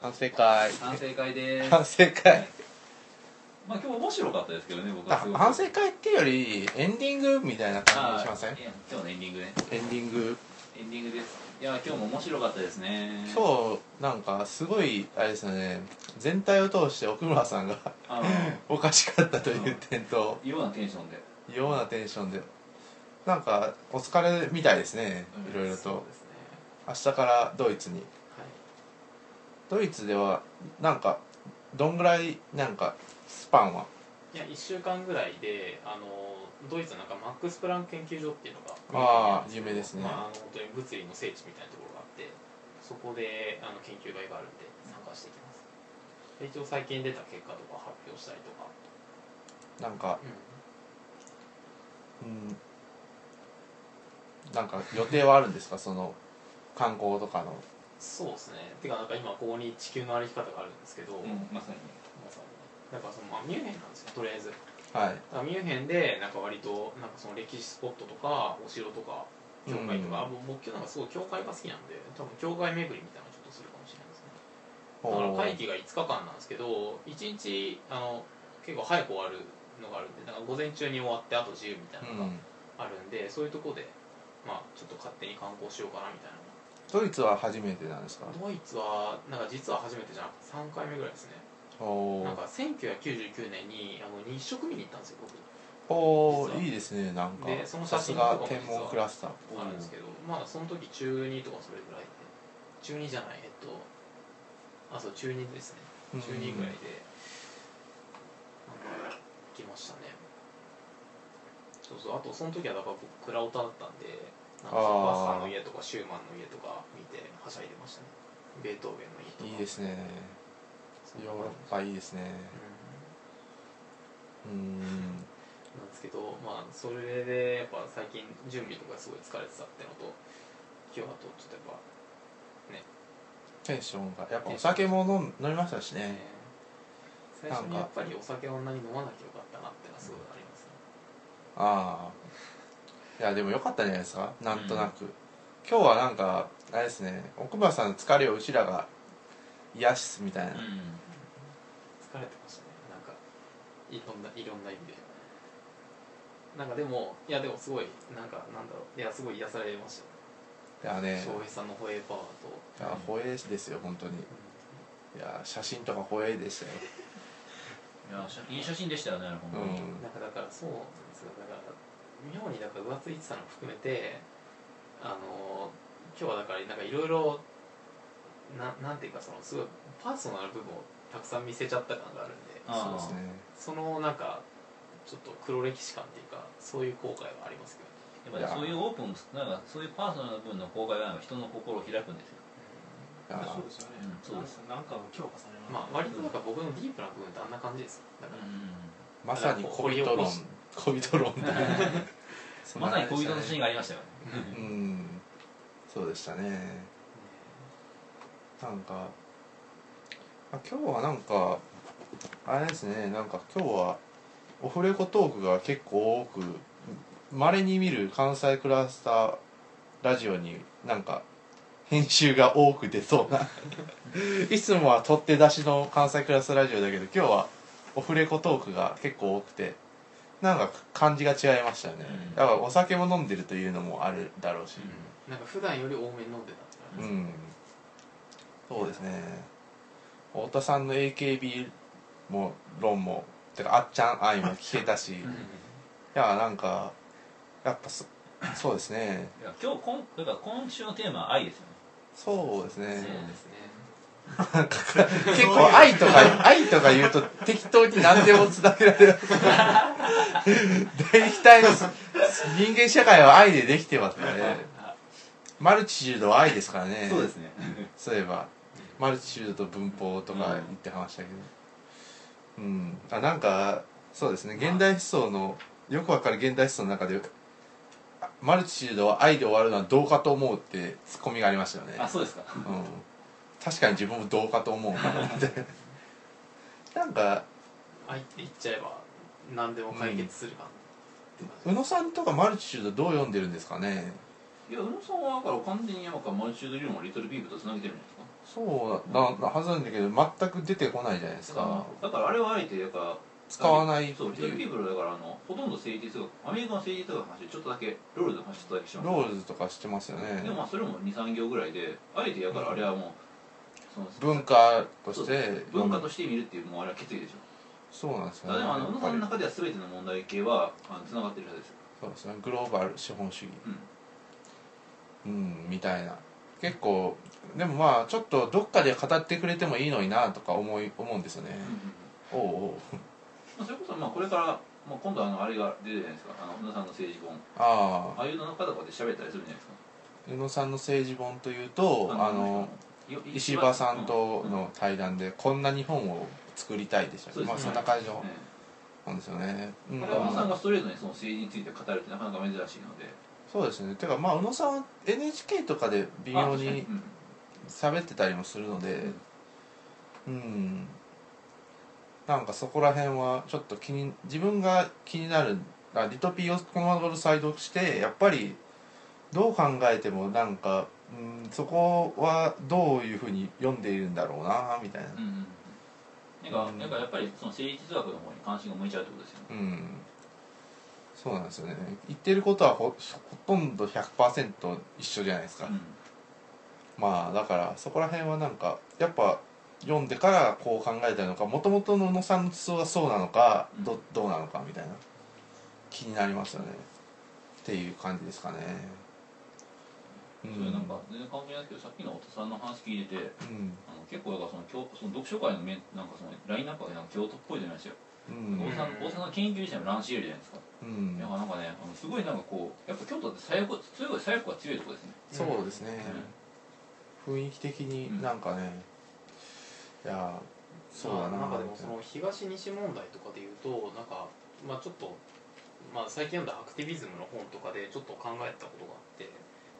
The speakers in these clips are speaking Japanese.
反省会反省会です反省会まあ今日面白かったですけどね僕はすごく反省会っていうよりエンディングみたいな感じにしませんあいや今日のエンディングねエンディングエンディングですいや今日も面白かったですね今日なんかすごいあれですよね全体を通して奥村さんが あのおかしかったという点とようなテンションで異様なテンションでなんかお疲れみたいですねいろいろそうとですね明日からドイツにはいドイツではなんかどんぐらいなんかスパンはいや1週間ぐらいであのドイツなんかマックス・プランク研究所っていうのがああ有有名なんけど名ですねまあ、あの本当に物理の聖地みたいなところがあってそこであの研究会があるんで参加していきますで一応最近出た結果とか発表したりとか、なんかうんなんか予定はあるんですかその観光とかのそうですねてかなんか今ここに地球の歩き方があるんですけど、うんまさにまさにだからその、まあ、ミュンヘンなんですよとりあえずだかはいらミュンヘンでなんか割となんかその歴史スポットとかお城とか教会とか、うんもう僕なんかすごい教会が好きなんで多分教会巡りみたいなのちょっとするかもしれないですねだからおー会期が5日間なんですけど1日あの結構早く終わるのがあるんでだから午前中に終わってあと自由みたいなうのがんあるんで、そういうとこでまあちょっと勝手に観光しようかなみたいなドイツは初めてなんですかドイツはなんか実は初めてじゃなくて3回目ぐらいですねおなんーか1999年にあの日食見に行ったんですよ僕お実ーはいいですねなんかでそのさす写真とかがも実は天文クラスターあるんですけど、まあその時中2とかそれぐらいで中2じゃないえっとあそう中2ですねうん中2ぐらいで、なんか行きましたねそうそうあとその時はだから僕クラオタだったんでなんかあーバッハの家とかシューマンの家とか見てはしゃいでましたねベートーベンの家とかいいですねそんヨーなロ感ッパいいですねじうんうんなんですけど、まあ、それでやっぱ最近準備とかすごい疲れてたってのと今日はとちょっとやっテンションがやっぱお酒も飲ん飲みましたしぱねね最初にやっぱりお酒をあんなに飲まなきゃよかったなってのはすごいありますねああいやでも良かったんじゃないですかなんとなく、今日はなんかあれですね奥村さんの疲れをうちらが癒すみたいな、う疲れてましたねなんかいろんないろんな意味でなんかでもいやでもすごいなんかなんだろういやすごい癒されましたいやね翔平さんのホエーパワーいと、や保衛ですよ本当にいや写真とか保衛でしたよんいや写いい写真でしたよね本当にうんなんかだからそうなんですよだから妙にだから浮ついてたのも含めてあの今日はだからなんかいろいろななんていうかそのすごいパーソナル部分をたくさん見せちゃった感があるんであーそうですねそのなんかちょっと黒歴史感っていうかそういう後悔はありますけどねやっぱりそういうオープンなんかそういうパーソナルな部分の公開がなんか人の心を開くんですよいやそうですようねん。そうですなんかなんか強化されまます。あ割となんか僕のディープな部分ってあんな感じですよだから、まさに小人 論小人論だね そんなまさに感小じ人でのシしーンがありましたよねたねうんそうでしたねなんかあ今日はなんかあれですねなんか今日はオフレコトークが結構多くまれに見る関西クラスターラジオになんか編集が多く出そうな いつもは取って出しの関西クラスターラジオだけど今日はオフレコトークが結構多くてなんか感じが違いましたよねうんだからお酒も飲んでるというのもあるだろうしうんなんか普段より多めに飲んでたってう感じんそうですね太田さんの AKB も論もてかあっちゃん愛も聞けたしいうんやなんかやっぱそそうですねいや今日今だから今週のテーマは愛ですよねそうですそうねですね結構愛とか愛とか言うと適当に何でもつなげられる大体の人間社会は愛でできてますからねマルチチュードは愛ですからねすねそういえばマルチチュードと文法とか言ってましたけどうん、あなんかそうですね現代思想のよくわかる現代思想の中であマルチチュードは愛で終わるのはどうかと思うってツッコミがありましたよね、あそうですかうん、確かに自分もどうかと思うなって なんか愛って言っちゃえば何でも解決するかなって感じ宇野さんとかマルチチュードどう読んでるんですかねいや宇野さんはだから完全になんかマルチュード・リュウもリトル・ビーブとつなげてるんじゃないですかそうななはずなんだけど全く出てこないじゃないですかだからあれはあえてだから使わないってそうリトルピいーうプルだからあのほとんど政治とかアメリカの政治とかの話ちょっとだけロールの話ちょっとだけしまロしたールズとかしてますよねでもまあそれも23行ぐらいであえてやからあれはもう、その文化として文化として見るっていうもうあれは決意でしょそうなんですよただでもあのや小野っさぱんりの中では全ての問題系はつながってるはずですそうですねグローバル資本主義うんうんみたいな結構でもまあちょっとどっかで語ってくれてもいいのになとか思い思うんですよねうんうんうんおうおうまあ、それこそまあこれから、まあ、今度あのあれが出るじゃないですかあの小野さんの政治本ああああいうの中とかで喋ったりするじゃないですか宇野さんの政治本というとあのよ石破さんとの対談でこんな日本を作りたいでしたっけそうですねまあそんな感じうんのねなんですよね、うんこれは小野さんがストレートにその政治について語るってなかなか珍しいのでそうですねてかまあ宇野さんは NHK とかで微妙あ確かにうん喋ってたりもするのでうんなんかそこら辺はちょっと気に自分が気になるあリトピーをこのまま再読してやっぱりどう考えてもなんか、うん、そこはどういうふうに読んでいるんだろうなみたいなうんうんうんなんか、うんなんかやっぱりその政治哲学の方に関心が向いちゃうってことですよね。うんそうなんですよね言ってることはほほとんど100%一緒じゃないですか、まあだからそこら辺はなんかやっぱ読んでからこう考えたのかもともとの宇野さんの思想がそうなのかどどうなのかみたいな気になりますよねっていう感じですかねううん、それなんうか全然関係ないですけど、さっきの太田さんの話聞いてて、んあの結構だからその教その読書会のメンなんかそのラインナップがなんか京都っぽいじゃないですよ。うん大さん大さんの研究自体もランシエルじゃないですか。うんだからなんかね、あのすごいなんかこうやっぱ京都って左翼強い左翼が強いところですね。そうですね、雰囲気的になんかね、いやそうだななんかでもその東西問題とかで言うとなんかまあちょっとまあ最近読んだアクティビズムの本とかでちょっと考えたことがあって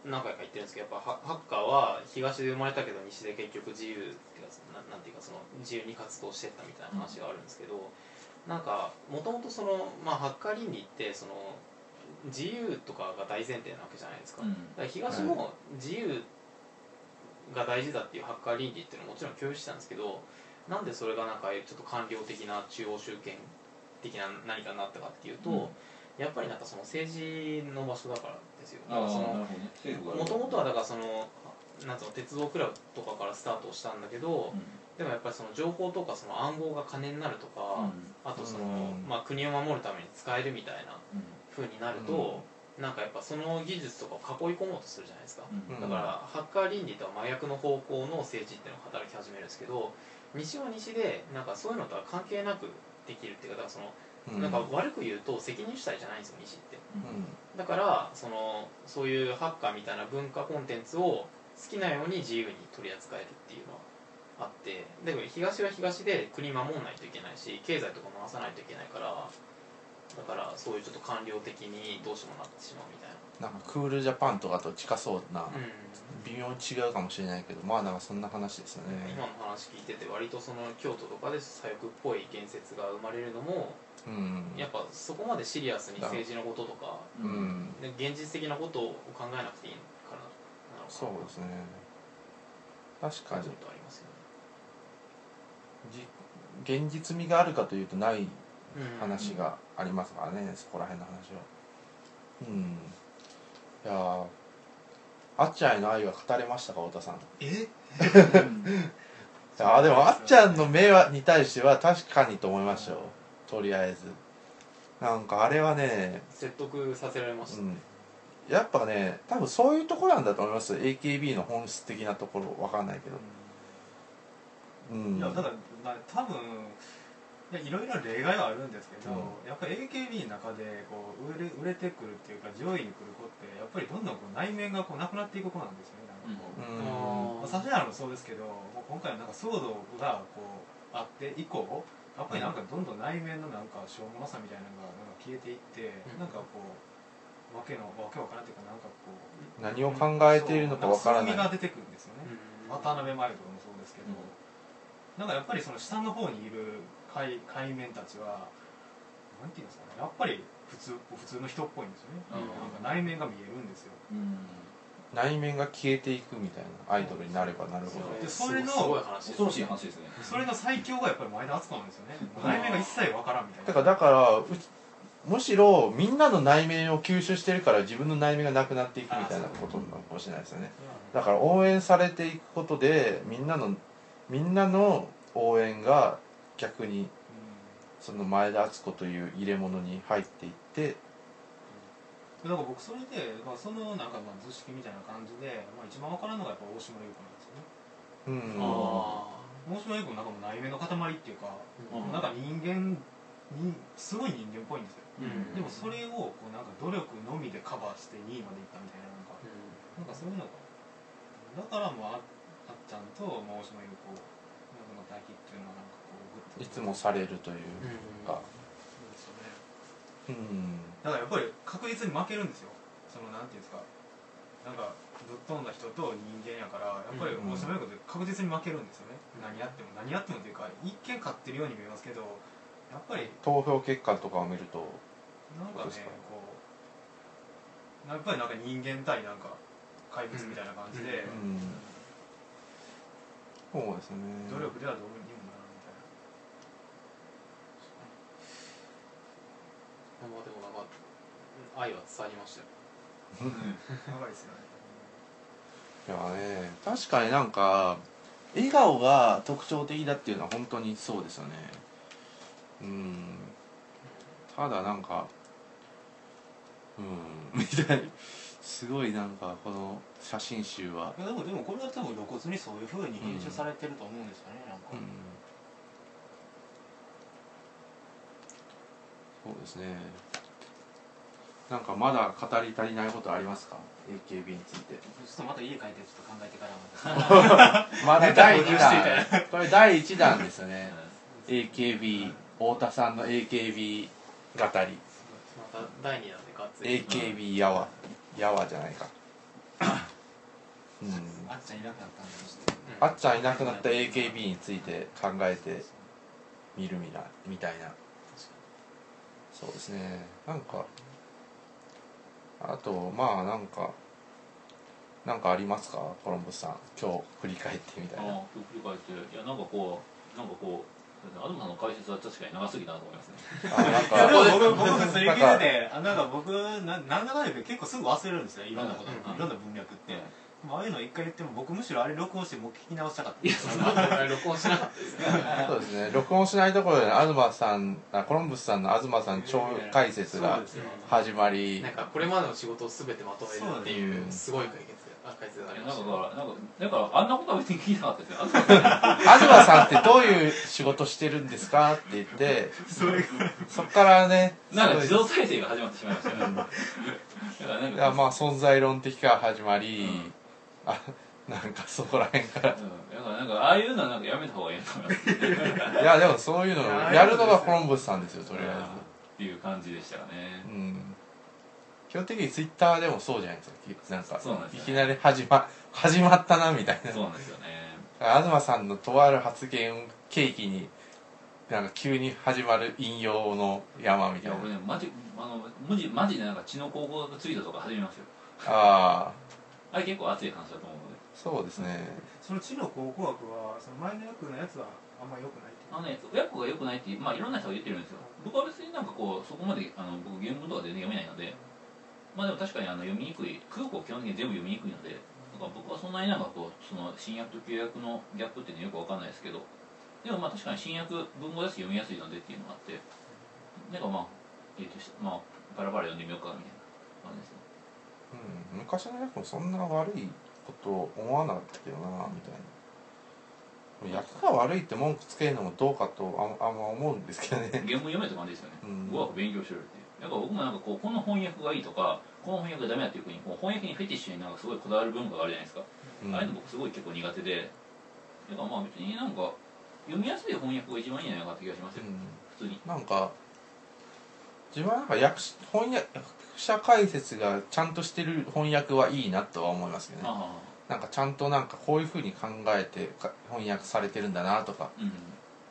何回か言ってるんですけどやっぱハハッカーは東で生まれたけど西で結局自由っていうかななんていうかその自由に活動してったみたいな話があるんですけど、なんかもともとそのまあハッカー倫理ってその自由とかが大前提なわけじゃないですか。うん。だから東も自由が大事だっていうハッカー倫理っていうのはもちろん共有してたんですけどなんでそれがなんかちょっと官僚的な中央集権的な何かになったかっていうと、うんやっぱりなんかその政治の場所だからですよ。だからそのああ、なるほどね。政府がもともとはだからそのなんつうの鉄道クラブとかからスタートしたんだけど、でもやっぱりその情報とかその暗号が金になるとうんか、あとその、うんまあ、国を守るために使えるみたいなうん風になると、なんかやっぱその技術とかを囲い込もうとするじゃないですか、うんうんだからハッカー倫理とは真逆の方向の政治っていうのが働き始めるんですけど西は西でなんかそういうのとは関係なくできるっていうかだからその、うんなんか悪く言うと責任主体じゃないんですよ西ってううんんだからそのそういうハッカーみたいな文化コンテンツを好きなように自由に取り扱えるっていうのはあってでも東は東で国守んないといけないし経済とか回さないといけないからだからそういうちょっと官僚的にどうしてもなってしまうみたいななんかクールジャパンとかと近そうな、う微妙に違うかもしれないけどまあなんかそんな話ですよねん、今の話聞いてて割とその京都とかで左翼っぽい言説が生まれるのもうんやっぱそこまでシリアスに政治のこととかう。んで現実的なことを考えなくていいからなのかなそうですね確か感にじることありますよじ現実味があるかというとないね、うん話がありますからね、そこら辺の話はうんいやーあっちゃんへの愛は語れましたか太田さんえあでもあっちゃんの目はに対しては確かにと思いましたよとりあえずなんかあれはね説得させられました、うん、やっぱね多分そういうところなんだと思います AKB の本質的なところわかんないけどうんいやただ、まあ、多分いやいろいろ例外はあるんですけど、うやっぱり AKB の中でこう売れ売れてくるっていうか上位に来る子ってやっぱりどんどんこう内面がこうなくなっていく子なんですよねなんかうんこう、まあ、指原もそうですけどもう今回のなんか騒動がこうあって以降やっぱりなんかどんどん内面のなんかしょうもなさみたいなのがなんか消えていって、うんなんかこうわけのわけわからんっていうかなんかこう何を考えているのかわからないそうなんか凄みが出てくるんですようね、ん渡辺麻友とかもそうですけど、うんなんかやっぱりその下の方にいる海海面たちはなんていうんですかねやっぱり普通普通の人っぽいんですよね、うんなんか内面が見えるんですようん内面が消えていくみたいなアイドルになればなるほどでそれのすごい話です恐ろしい話ですねそれの最強がやっぱり前田敦子なんですよねうん内面が一切わからんみたいなだからだからうちむしろみんなの内面を吸収してるから自分の内面がなくなっていくみたいなことなのかもしれないですよねだから応援されていくことでみんなのみんなの応援が逆にその前田敦子という入れ物に入っていってうんなんか僕それで、まあ、そのなんかまあ図式みたいな感じで、まあ、一番わからんのがやっぱ大島優子なんですうんよねあ大島優子の中も内面の塊っていうか、ーうんなんか人間にすごい人間っぽいんですうよんでもそれをこうなんか努力のみでカバーして2位までいったみたいななんかなんかそういうのがだからもうああっちゃんと、まあ、大島優子のこの対比っていうのはなんかこういグッとつもされるといううんかそうですうよねんだからやっぱり確実に負けるんですよそのなんていうんですかなんかぶっ飛んだ人と人間やからやっぱりうん大島優子って確実に負けるんですようんね、何やっても何やってもっていうか一見勝ってるように見えますけどやっぱり投票結果とかを見るとなんそかうねですかこうやっぱりなんか人間対なんか怪物みたいな感じでう、んそうですね努力ではどうにもならんみたいな、まあでもなんか愛は伝わりましたよ長いですよいねやね確かになんか笑顔が特徴的だっていうのは本当にそうですよねうんただなんかうん みたいなすごいなんかこの写真集は、でもでもこれは多分露骨にそういうふうに編集されてると思うんですよね、なんか、うん、そうですねなんかまだ語り足りないことありますか AKB についてちょっとまた家帰ってちょっと考えてからまだ第2ネタを弾用意これ第1弾ですよねう AKB 太田さんの AKB 語また第二弾でガッツり AKB やわやわじゃないかうんあっちゃんいなくなったんでちょっあっちゃんいなくなった AKB について考えてみるみなみたいなそうですねなんかあとまあなんかなんかありますかコロンブスさん今日振り返ってみたいなあ振り返っていやなんかこうなんかこう東さんの解説は確かに長すぎたなと思いますねあなんいやでかも僕僕普通に聞いててあなんか僕ななんだかんだ言って結構すぐ忘れるんですよいろんなこと、うんいろんな文脈って、まあああいうの一回言っても僕むしろあれ録音してもう聞き直したかったです録音しなかったですねそうですね録音しないところで東さんあコロンブスさんの東さん超解説そがうですよ始まりなんかこれまでの仕事を全てまとめるっていうすごい解決あ解説がありなんまかしだたかねらなんかだからあんなことは別に聞いてなかったですね東さん東さんってどういう仕事してるんですかって言ってそれがそっからねなんか自すごい動再生が始まってしまいましたねだからなんいかやまあ存在論的から始まり、うんあなんかそこら辺からうん、だからなんかああいうのはなんかやめた方がいいなと思いますねいやでもそういうのをやるのがコロンブスさんですよとりあっていう感じでしたねえず、うん、基本的にツイッターでもそうじゃないですかなんかそうなんですいよきなり始ま始まったなみたいなそうなんですよね東さんのとある発言を契機になんか急に始まる引用の山みいたいやな俺ねマジあのマジマジでなんか血の広告ツイートとか始めますよあああれ結構熱い話だと思うのでそうですねその知の考古学はその前の役のやつはあんま良くないっていうあのね親子が良くないってまあいろんな人が言ってるんですよ僕は別になんかこうそこまであの僕原文とか全然読めないのでまあでも確かにあの読みにくい空港基本的に全部読みにくいのでだから僕はそんなになんかこうその新訳と旧訳のギャップっていうのはよくわかんないですけどでもまあ確かに新訳文語だし読みやすいのでっていうのがあってなんかまあえっ、としまあバラバラ読んでみようかみたいな感じですねうん、昔の役もそんな悪いこと思わなかったけどなみたいな役が悪いって文句つけるのもどうかとあんあんま思うんですけどね原文読めた感じですよねうん語学勉強してるっていうだから僕もなんかこうこの翻訳がいいとかこの翻訳がダメだっていうふうにこう翻訳にフェティッシュになんかすごいこだわる文化があるじゃないですか、うんああいうの僕すごい結構苦手でだからまあ別になんか読みやすい翻訳が一番いいんじゃないかって気がしますよ、う普通んになんか自分はなんか訳し翻訳役者解説がちゃんとしてる翻訳はいいなとは思いますけどねあなんかちゃんとなんかこういうふうに考えてか翻訳されてるんだなとかあうん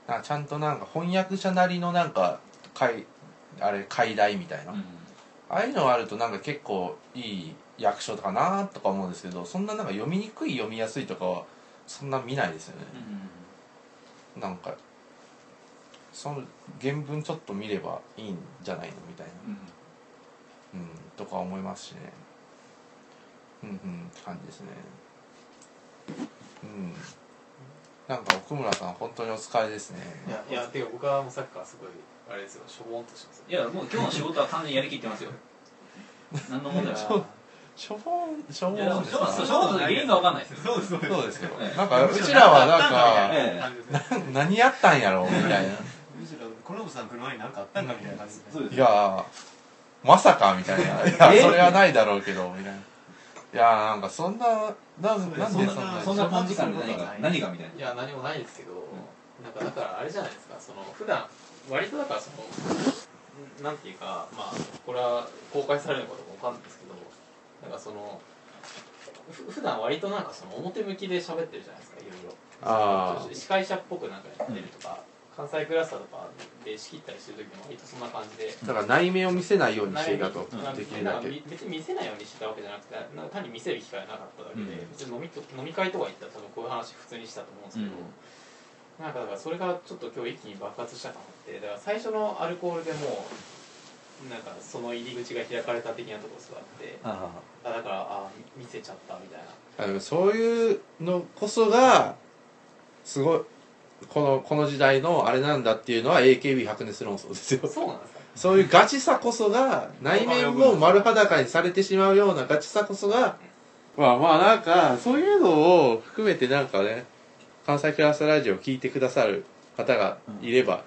なんかちゃんとなんか翻訳者なりのなんか解あれ解題みたいな、うんああいうのがあるとなんか結構いい役所とかなとか思うんですけどそんななんか読みにくい読みやすいとかはそんな見ないですよねうんうんなんかその原文ちょっと見ればいいんじゃないのみたいな、うんうん、とか思いますしねうんうんって感じですねうんなんか奥村さん本当にお疲れですねいやいやてか僕はもうサッカーすごいあれですよしょぼんとしてますいやもう今日の仕事は完全にやりきってますよ何の問題もないしょぼんしょぼんいやでもですかそうそう原因が分かんないですよそうですそうですそうですよええなんかうちらはむなしんろ何かあったえんかみたいな感じか何やったんやろみたいなむしろコロブさん来る前に何かあったんかみたいな感じでそうですいやーまさかみたいないやそれはないだろうけどみたいないやーなんかそんなななんでそそんんななそんな短時間で何が何がみたいいや何もないですけど、なんかだからあれじゃないですかその普段割とだからそのんなんていうかまあこれは公開されるのかどうかわかんないですけどなんかそのふ普段割となんかその表向きで喋ってるじゃないですかいろいろあ司会者っぽくなんかやってるとか、関西クラスターとかで仕切ったりしてる時も割とそんな感じで。ーだから内面を見せないようにしていたとなんかできるだけみ別に見せないようにしてたわけじゃなくてなんか単に見せる機会がなかっただけで、うん別に飲みと飲み会とか行ったら多分こういう話普通にしたと思うんですけど、なんかだからそれがちょっと今日一気に爆発したかもってだから最初のアルコールでもうなんかその入り口が開かれた的なところがあってなあだからあ見せちゃったみたいなあのそういうのこそがすごいこのこの時代のあれなんだっていうのは AKB 熱論争です よそうなんですかそういうガチさこそが内面を丸裸にされてしまうようなガチさこそがまあまあなんかそういうのを含めてなんかね関西クラスラジオを聞いてくださる方がいれば、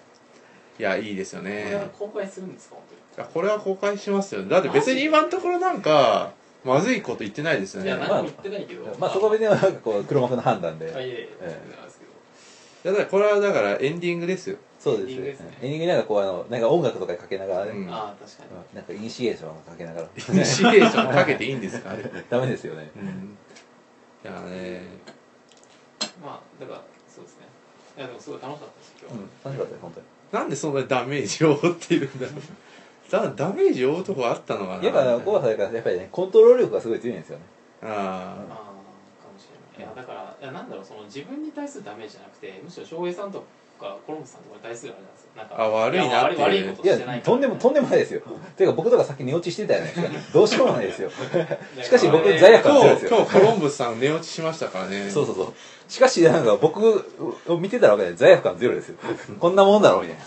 いやいいですよこれはね公開するんですか本いやこれは公開しますよねだって別に今のところなんかまずいこと言ってないです当よにいねや何も言ってないけど、まあそこではなんかこう黒幕の判断あいでえいえええなんですけどいやだからこれはだからエンディングですよそうでエンディングですすねねエンディングになんかこうあのなんか音楽とかかけながらね、うんああ確かに、なんかイニシエーションをかけながらイニシエーションかけていいんですかあれ、ダメですよねうん、いやねまあだからそうですねいやでもすごい楽しかったです今う日、ん楽しかったよ本当になんでそんなダメージを負っているんだろうだダメージを負うとこあったのかなやっぱあのコバさんからやっぱりねコントロール力がすごい強いんですよねああーかもしれないいやだからいやなんだろうその自分に対するダメージじゃなくてむしろ翔平さんとかコロンブさんとかに対するあれなんですよなんかあ悪いなっていうや悪い悪いこといしやてないからとんでもとんでもないですよていうか僕とかさっき寝落ちしてたじゃないですかどうしようもないですよしかし僕ね罪悪あ感強い今です日よ今日コロンブスさん寝落ちしましたからねそうそうそうしかしなんか僕を見てたらわけで罪悪感ゼロですよこんなもんだろうみたいな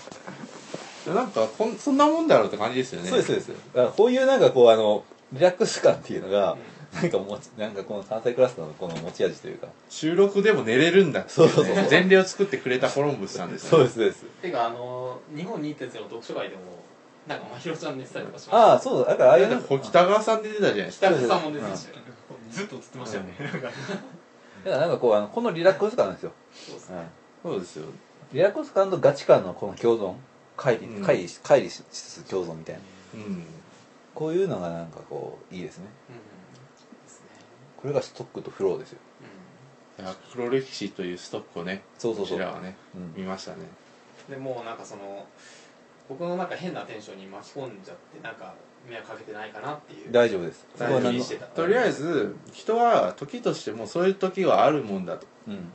なんかこんそんなもんだろうって感じですよねそうですそうですだからこういうなんかこうあのリラックス感っていうのがなんかもうなんかこの関西クラスのこの持ち味というか収録でも寝れるんだっていねそうそうそう前例を作ってくれたコロンブスさんですねそうですそうですてかあの日本2.0の読書会でもなんかまひろちゃん寝てたりとかしましたああそうだだからあああいれうなのんか北川さんで出てたじゃないですか北口さんも出てましたよねずっと映ってましたよね、なんかだからなんかこうあのこのリラックス感なんですよ、そうですうねん、そうですよリラックス感とガチ感のこの共存乖うん離乖離し乖離しつつ共存みたいなうんこういうのがなんかこういいですねうんですねこれがストックとフローですよいや黒歴史というストックをねそうそうこそちうらはねうん見ましたねうんでもうなんかその僕のなんか変なテンションに巻き込んじゃってなんか迷惑かけてないかなっていう大丈夫です大丈夫そこは何にのしてたとりあえず人は時としてもうそういう時はあるもんだとうんうんいや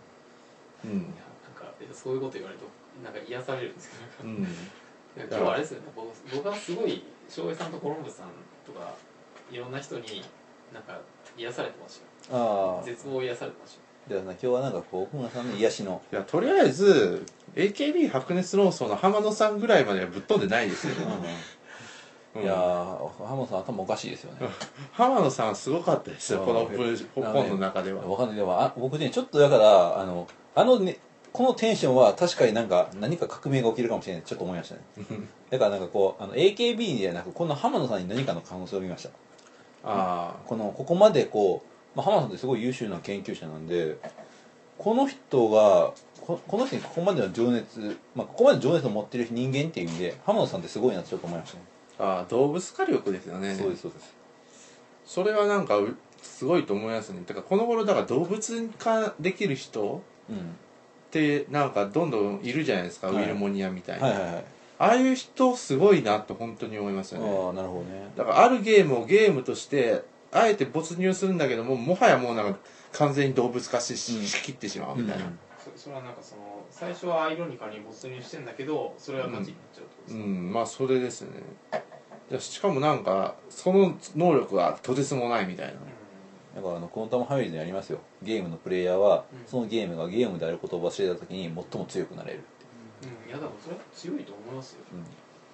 なんかえそういうこと言われるとなんか癒されるんですけどうん今日はあれですよね僕僕はすごい翔平さんとコロンブスさんとかいろんな人になんか癒されてましたあよあ絶望を癒されてましではな今日はなんかこう奥村さんの癒しのいやとりあえず AKB 白熱論争の浜野さんぐらいまではぶっ飛んでないですよ、うんいやー浜野さん頭おかしいですよね浜野さんはすごかったですよこの文本の中ではわかんないでもあ僕ねちょっとだからあのあのねこのテンションは確かになんか何か革命が起きるかもしれないちょっと思いました ねだからなんかこうあの AKB ではなくこの浜野さんに何かの可能性を見ましたあこのここまでこう、まあ、浜野さんってすごい優秀な研究者なんでこの人がここの人にここまでの情熱、まあ、ここまでの情熱を持ってる人間っていう意味で浜野さんってすごいなってちょっと思いましたねあああ動物火力ですよねそうですそうですそれはなんかうすごいと思いますねだからこの頃だから動物化できる人うんってなんかどんどんいるじゃないですか、はいウィルモニアみたいな、はいはいはいああいう人すごいなと本当に思いますよねああなるほどねだからあるゲームをゲームとしてあえて没入するんだけどももはやもうなんか完全に動物化ししきってしまうみたいな、そそれはなんかその最初はアイロニカルに没入してんだけどそれはマジになっちゃうってことでうすか、んまあそれですねでしかもなんかその能力はとてつもないみたいなだからあのクォンタムファミリーでやりますよゲームのプレイヤーはうんそのゲームがゲームであることを忘れた時に最も強くなれるってうん、いやでもそれは強いと思いますようん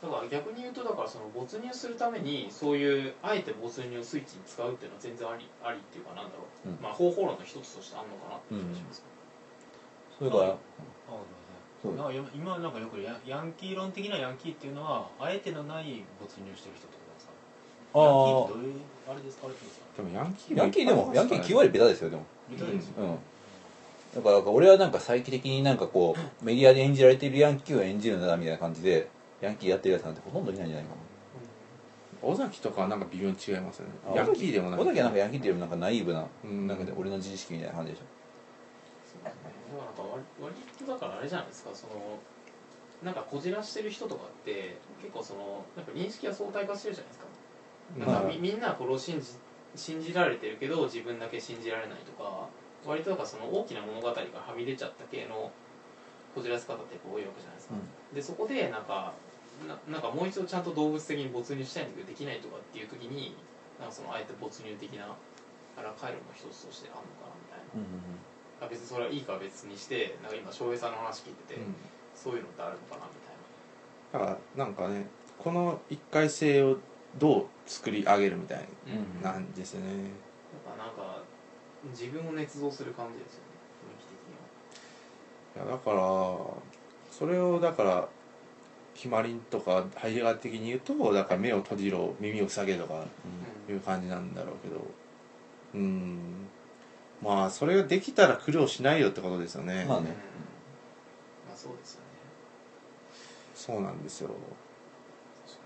だから逆に言うとだからその没入するためにそういうあえて没入スイッチに使うっていうのは全然ありありっていうかなんだろう、うんまあ方法論の一つとしてあるのかなって気がします、それからそうなんかよ今なんかよくヤヤンキー論的なヤンキーっていうのはあえてのない没入してる人ってことなんですかあヤンあキーってどういうあれですかあれってことでもヤンキーヤンキーでもヤンキー9割ベタですよでもですかみたいですよ、うんだからなんか俺はなんか再帰的になんかこ うメディアで演じられているヤンキーを演じるんだなみたいな感じでヤンキーやってるやつなんてほとんどいないんじゃないか尾崎とかはなんか微妙に違いますよねあヤンキーでもなない尾崎はなんかヤンキーっていうよりもなんかナイーブなうんなんかで俺の自意識みたいな感じでしょそうだからなんか割割とだからあれじゃないですかそのなんかこじらしてる人とかって結構そのやっぱ認識は相対化してるじゃないですかなんかみ,、みんなはこれを信じ信じられてるけど自分だけ信じられないとか割とだからその大きな物語からはみ出ちゃった系のこじらせ方って多いわけじゃないですか、でそこでなんかななんかもう一度ちゃんと動物的に没入したいんだけどできないとかっていう時になんかそのあえて没入的なあら回路の一つとしてあるのかなみたいなあうん別にそれはいいかは別にしてなんか今翔平さんの話聞いてうて、んそういうのってあるのかなみたいなだからなんかねこの一回性をどう作り上げるみたいうんななんですよね、やっぱなんか自分を捏造する感じですよね雰囲気的にはいやだからそれをだからキマリンとかハイデガー的に言うとだから目を閉じろ耳を下げとかういんう感じなんだろうけどうんまあそれができたら苦労しないよってことですよね、まあうんねまあそうですよねそうなんですよ確か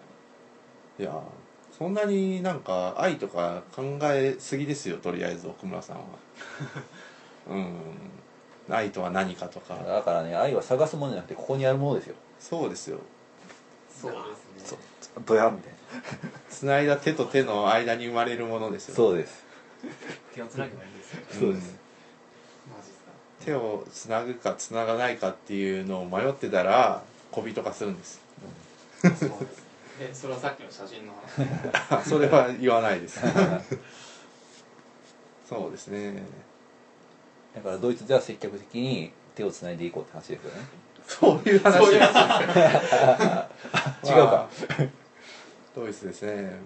いやそんなになんか愛とか考えすぎですよとりあえず奥村さん はうん愛とは何かとうんかだからね愛は探すものじゃなくてここにあるものですよそうですよにそうですねそうドヤみたいなつないだ手と手の間に生まれるものですよそうです手をつなげばいいんですよそうですマジですか手をつなぐかつながないかっていうのを迷ってたら小人化するんです そうですえそれはさっきの写真の話あそれは言わない ですそうですねだからドイツでは積極的に手をつないでいこうって話ですよねそういう話そういう話 違うか、 ドイツですね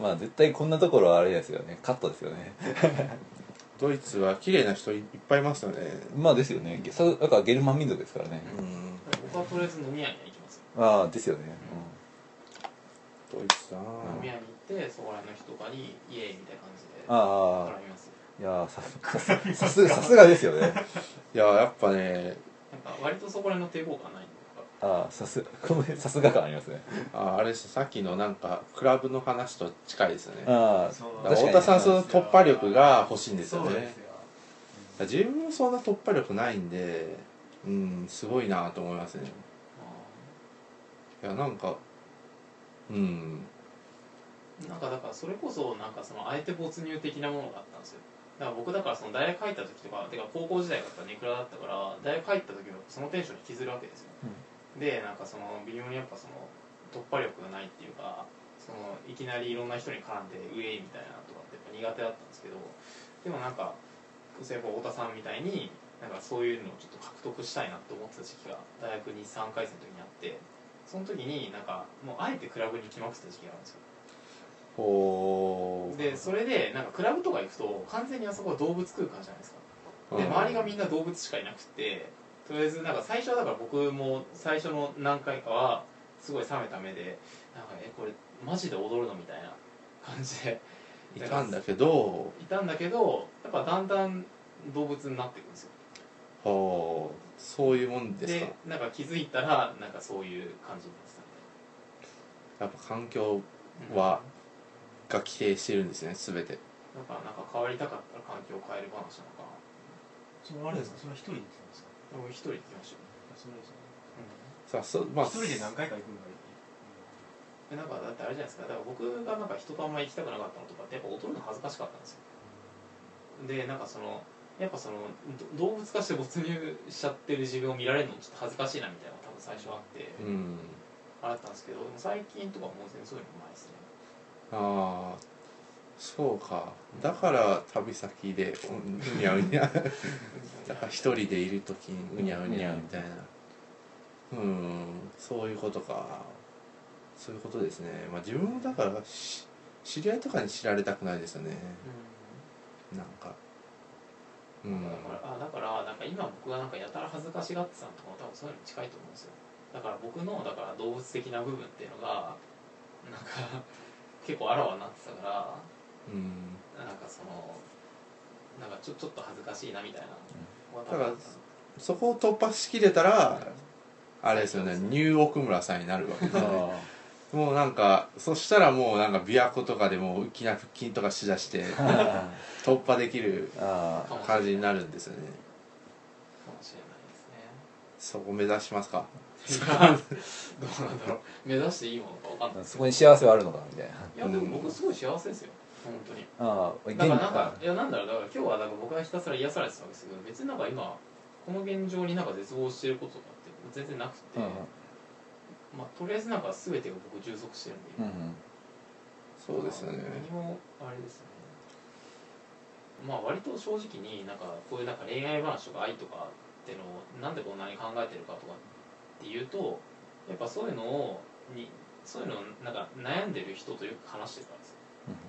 まあ絶対こんなところはあれですよねカットですよねドイツは綺麗な人いっぱいいますよねまあですよねさだからゲルマン民族ですからね、うん僕はとりあえず飲み屋には行きますよああですよね、ドイツだな飲み屋に行ってそこら辺の人とかにイエーイみたいな感じでうん、ああ絡みますよいやーさすさすさすがですよねいややっぱねなんか割とそこら辺の抵抗感ないんでああさすこの辺さすが感ありますねああれですさっきのなんかクラブの話と近いですよねだかああら確か太に田さんその突破力が欲しいんですよそうでねすよ自分もそんな突破力ないんでうんすごいなと思いますねいやなんかうんなんかだからそれこそなんかそのあえて没入的なものがあったんですよだから僕だからその大学入った時とかてか高校時代だったらネクラだったから大学入った時はそのテンションに引きずるわけですよ、でなんかその微妙にやっぱその突破力がないっていうかそのいきなりいろんな人に絡んでウェイみたいなのとかってやっぱ苦手だったんですけどでもなんかやっぱ太田さんみたいになんかそういうのをちょっと獲得したいなと思ってた時期が大学に3回生の時にあってその時になんかもうあえてクラブに来まくってた時期があるんですよほうでそれでなんかクラブとか行くと完全にあそこは動物空間じゃないですかで周りがみんな動物しかいなくてとりあえずなんか最初はだから僕も最初の何回かはすごい冷めた目でなんかえこれマジで踊るのみたいな感じでいたんだけどいたんだけどやっぱだんだん動物になっていくんですよほうそういうもんですかでなんか気づいたらなんかそういう感じにやなってたみっぱ環境たいなはが規定してるんですね全てだからなんか変わりたかったら環境を変える話なのかなそれあれですかそれは一人で行ってたんですかでも一人で来ましたよ、それですよねうさあそまあ一人で何回か行くんだいんでいなんかだってあれじゃないですかだから僕がなんか人とあんまり行きたくなかったのとかってやっぱ踊るの恥ずかしかったんですよでなんかそのやっぱそのど動物化して没入しちゃってる自分を見られるのちょっと恥ずかしいなみたいなのが多分最初あって、うんあれだったんですけどでも最近とかもう全然そういうのもないですねああそうかだから旅先でおうにゃうにゃ だから一人でいる時にうにゃうにゃみたいなうんそういうことかそういうことですねまあ自分もだからし知り合いとかに知られたくないですよねなんかうんだからあだからなんか今僕がなんかやたら恥ずかしがってたのとかも多分そういうのに近いと思うんですよだから僕のだから動物的な部分っていうのがなんか 結構あらわになってたからうんなんかそのなんかちょちょっと恥ずかしいなみたいなだからそこを突破しきれたらあれですよねニュー奥村さんになるわけですよねあもうなんかそしたらもうなんか琵琶湖とかでもう浮きな腹筋とかしだして突破できるーあー感じになるんですよねかもしれないですねそこ目指しますか どうなんだろう目指していいものかわかんないそこに幸せはあるのかみたいないやでも僕すごい幸せですよ本当にああだからなんかいやなんだろうだから今日はなんか僕はひたすら癒されてたわけですけど別になんか今この現状になんか絶望してることとかって全然なくて、うんうんまあとりあえずなんか全てが僕充足してるんで、うんうんそうですよね何もあれですねまあ割と正直になんかこういうなんか恋愛話とか愛とかってのをなんでこんなに考えてるかとかっていうとやっぱそういうのをにそういうのをなんか悩んでる人とよく話してる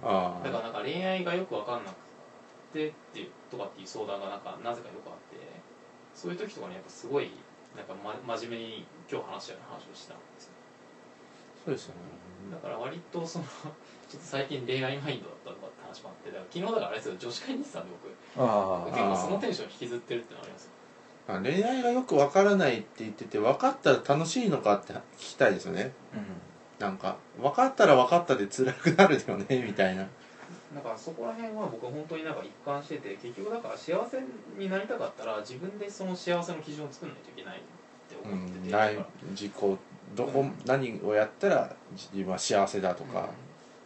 からあですよだからなんか恋愛がよく分かんなくてっていうとかっていう相談がなんかなぜかよくあってそういう時とかにやっぱすごいなんか、ま、真面目に今日話したような話をしてたんですよそうですよだから割とその ちょっと最近恋愛マインドだったとかって話もあってだから昨日だからあれですよ女子会に行ってたんで僕あ結構そのテンション引きずってるってのありますよね恋愛がよくわからないって言ってて分かったら楽しいのかって聞きたいですよねあなんか分かったら分かったで辛くなるよねみ たいなだからそこら辺は僕は本当になんか一貫してて結局だから幸せになりたかったら自分でその幸せの基準を作んないといけないってう思ってて、んだかないら自己どこ、うん何をやったら自分は幸せだとか、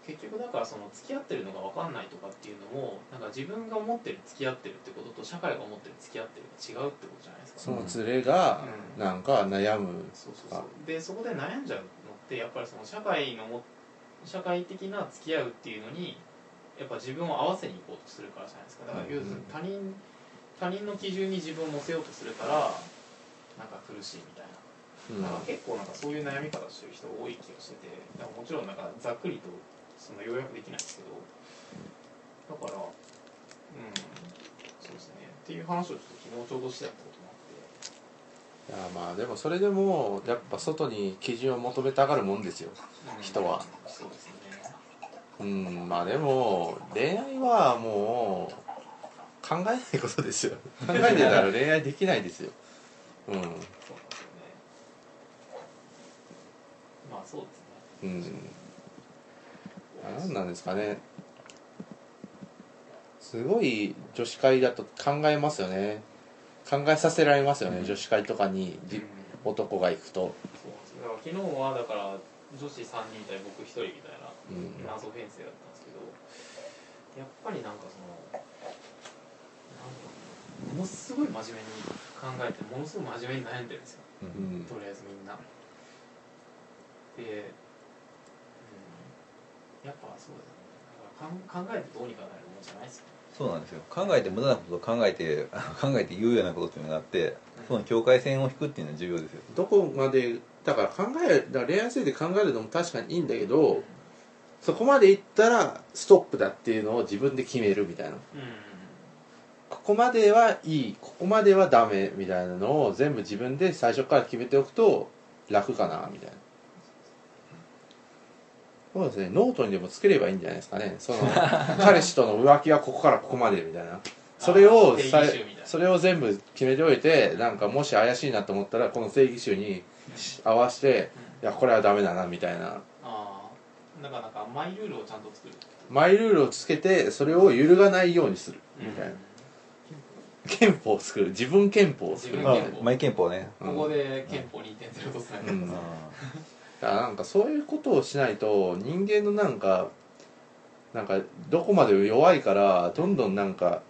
結局だからその付き合ってるのが分かんないとかっていうのもなんか自分が思ってる付き合ってるってことと社会が思ってる付き合ってるが違うってことじゃないですかその連れがうんなんか悩むそうそうそうでそこで悩んじゃうのってやっぱりその社会のも社会的な付き合うっていうのにやっぱ自分を合わせに行こうとするからじゃないですかだからうん要するに他人他人の基準に自分を乗せようとするからなんか苦しいみたいなうんなんか結構なんかそういう悩み方してる人多い気がしててだからもちろんなんかざっくりとその要約できないですけどだからうんそうですねっていう話をちょっと昨日ちょうどしてたこともあっていやまあでもそれでもやっぱ外に基準を求めたがるもんですようん人はそうですねうんまあでも恋愛はもう考えないことですよ 考えてたら恋愛できないですようんそうなんですよねまあそうですねうん何なんですかねすごい女子会だと考えますよね考えさせられますよね、女子会とかにじ男が行くと、そうなんですよだから昨日はだから女子3人対僕1人みたいなうん、謎編成だったんですけどやっぱりなんかそのなんだろうものすごい真面目に考えてものすごい真面目に悩んでるんですようんとりあえずみんなで、うん、やっぱそうですねだからかん考えてどうにかなるもんじゃないですよそうなんですよ考えて無駄なことを考えて 考えて有用なことっていうのがあってその境界線を引くっていうのは重要ですよどこまでだから考えるだから恋愛について考えるのも確かにいいんだけどそこまでいったらストップだっていうのを自分で決めるみたいなうんここまではいいここまではダメみたいなのを全部自分で最初から決めておくと楽かなみたいなそうですねノートにでもつければいいんじゃないですかね その彼氏との浮気はここからここまでみたいなそれを定義さい集みたいなそれを全部決めておいてなんかもし怪しいなと思ったらこの正義集に合わせていやこれはダメだなみたいなああだからなんかマイルールをちゃんと作るマイルールをつけてそれを揺るがないようにする みみたたいいなな、憲法を作る自分憲法を自作分る憲法マイ憲法ねうんここで憲法2.0とつなげうるんんですよ、だからなんかそういうことをしないと人間のなんかなんかどこまで弱いからどんどんなんか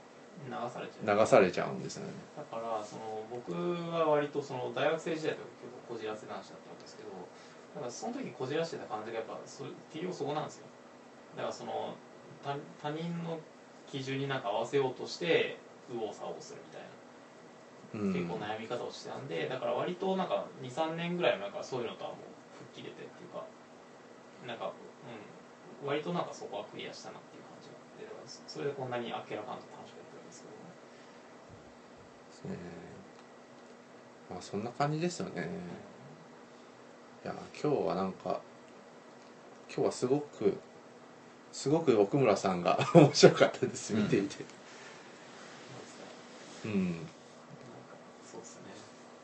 流されちゃう流されちゃうんですよねだからその僕は割とその大学生時代とか結構こじらせ男子だったんですけどなんかその時こじらしてた感じがやっぱそれ結局そこなんですよだからその他他人の基準になんか合わせようとして右往左往するみたいなうん結構悩み方をしてたんで、だから割となんか23年ぐらい前からそういうのとはもう吹っ切れてっていうかなんか、うん、割となんかそこはクリアしたなっていう感じがあってだからそそれでこんなにあっけらかんと楽しくやってるんですけどですねねまあそんな感じですよねいや今日はなんか今日はすごくすごく奥村さんが 面白かったです見ていてそうん、うですねなんかそうですね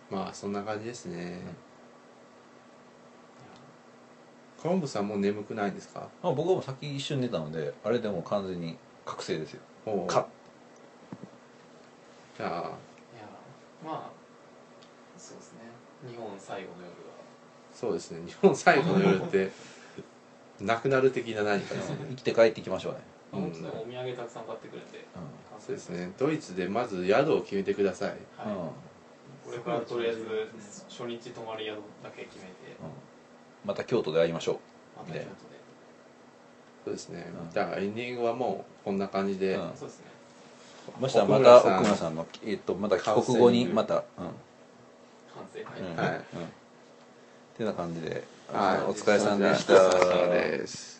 まあそんな感じですね、カロンブさんもう眠くないんですかあ僕はもう先一瞬寝たのであれでもう完全に覚醒ですよおうかじゃあいやまあそうですね日本最後の夜はそうですね日本最後の夜ってなくなる的な何かですね、生きて帰ってきましょうね、うん本当にお土産たくさん買ってくれてうん完成そうですねドイツでまず宿を決めてくださいはい、うんうんこれからとりあえず初日泊まる宿だけ決めてまた京都で会いましょうまた京都でそうですね、うんじゃあエンディングはもうこんな感じで、うんそうですねましたらま奥村たさん奥村さんの、えっとまた帰国後にまた、う完成はい、んうんはいうん、ってな感じで、はいお疲れさんでしおた疲れ様です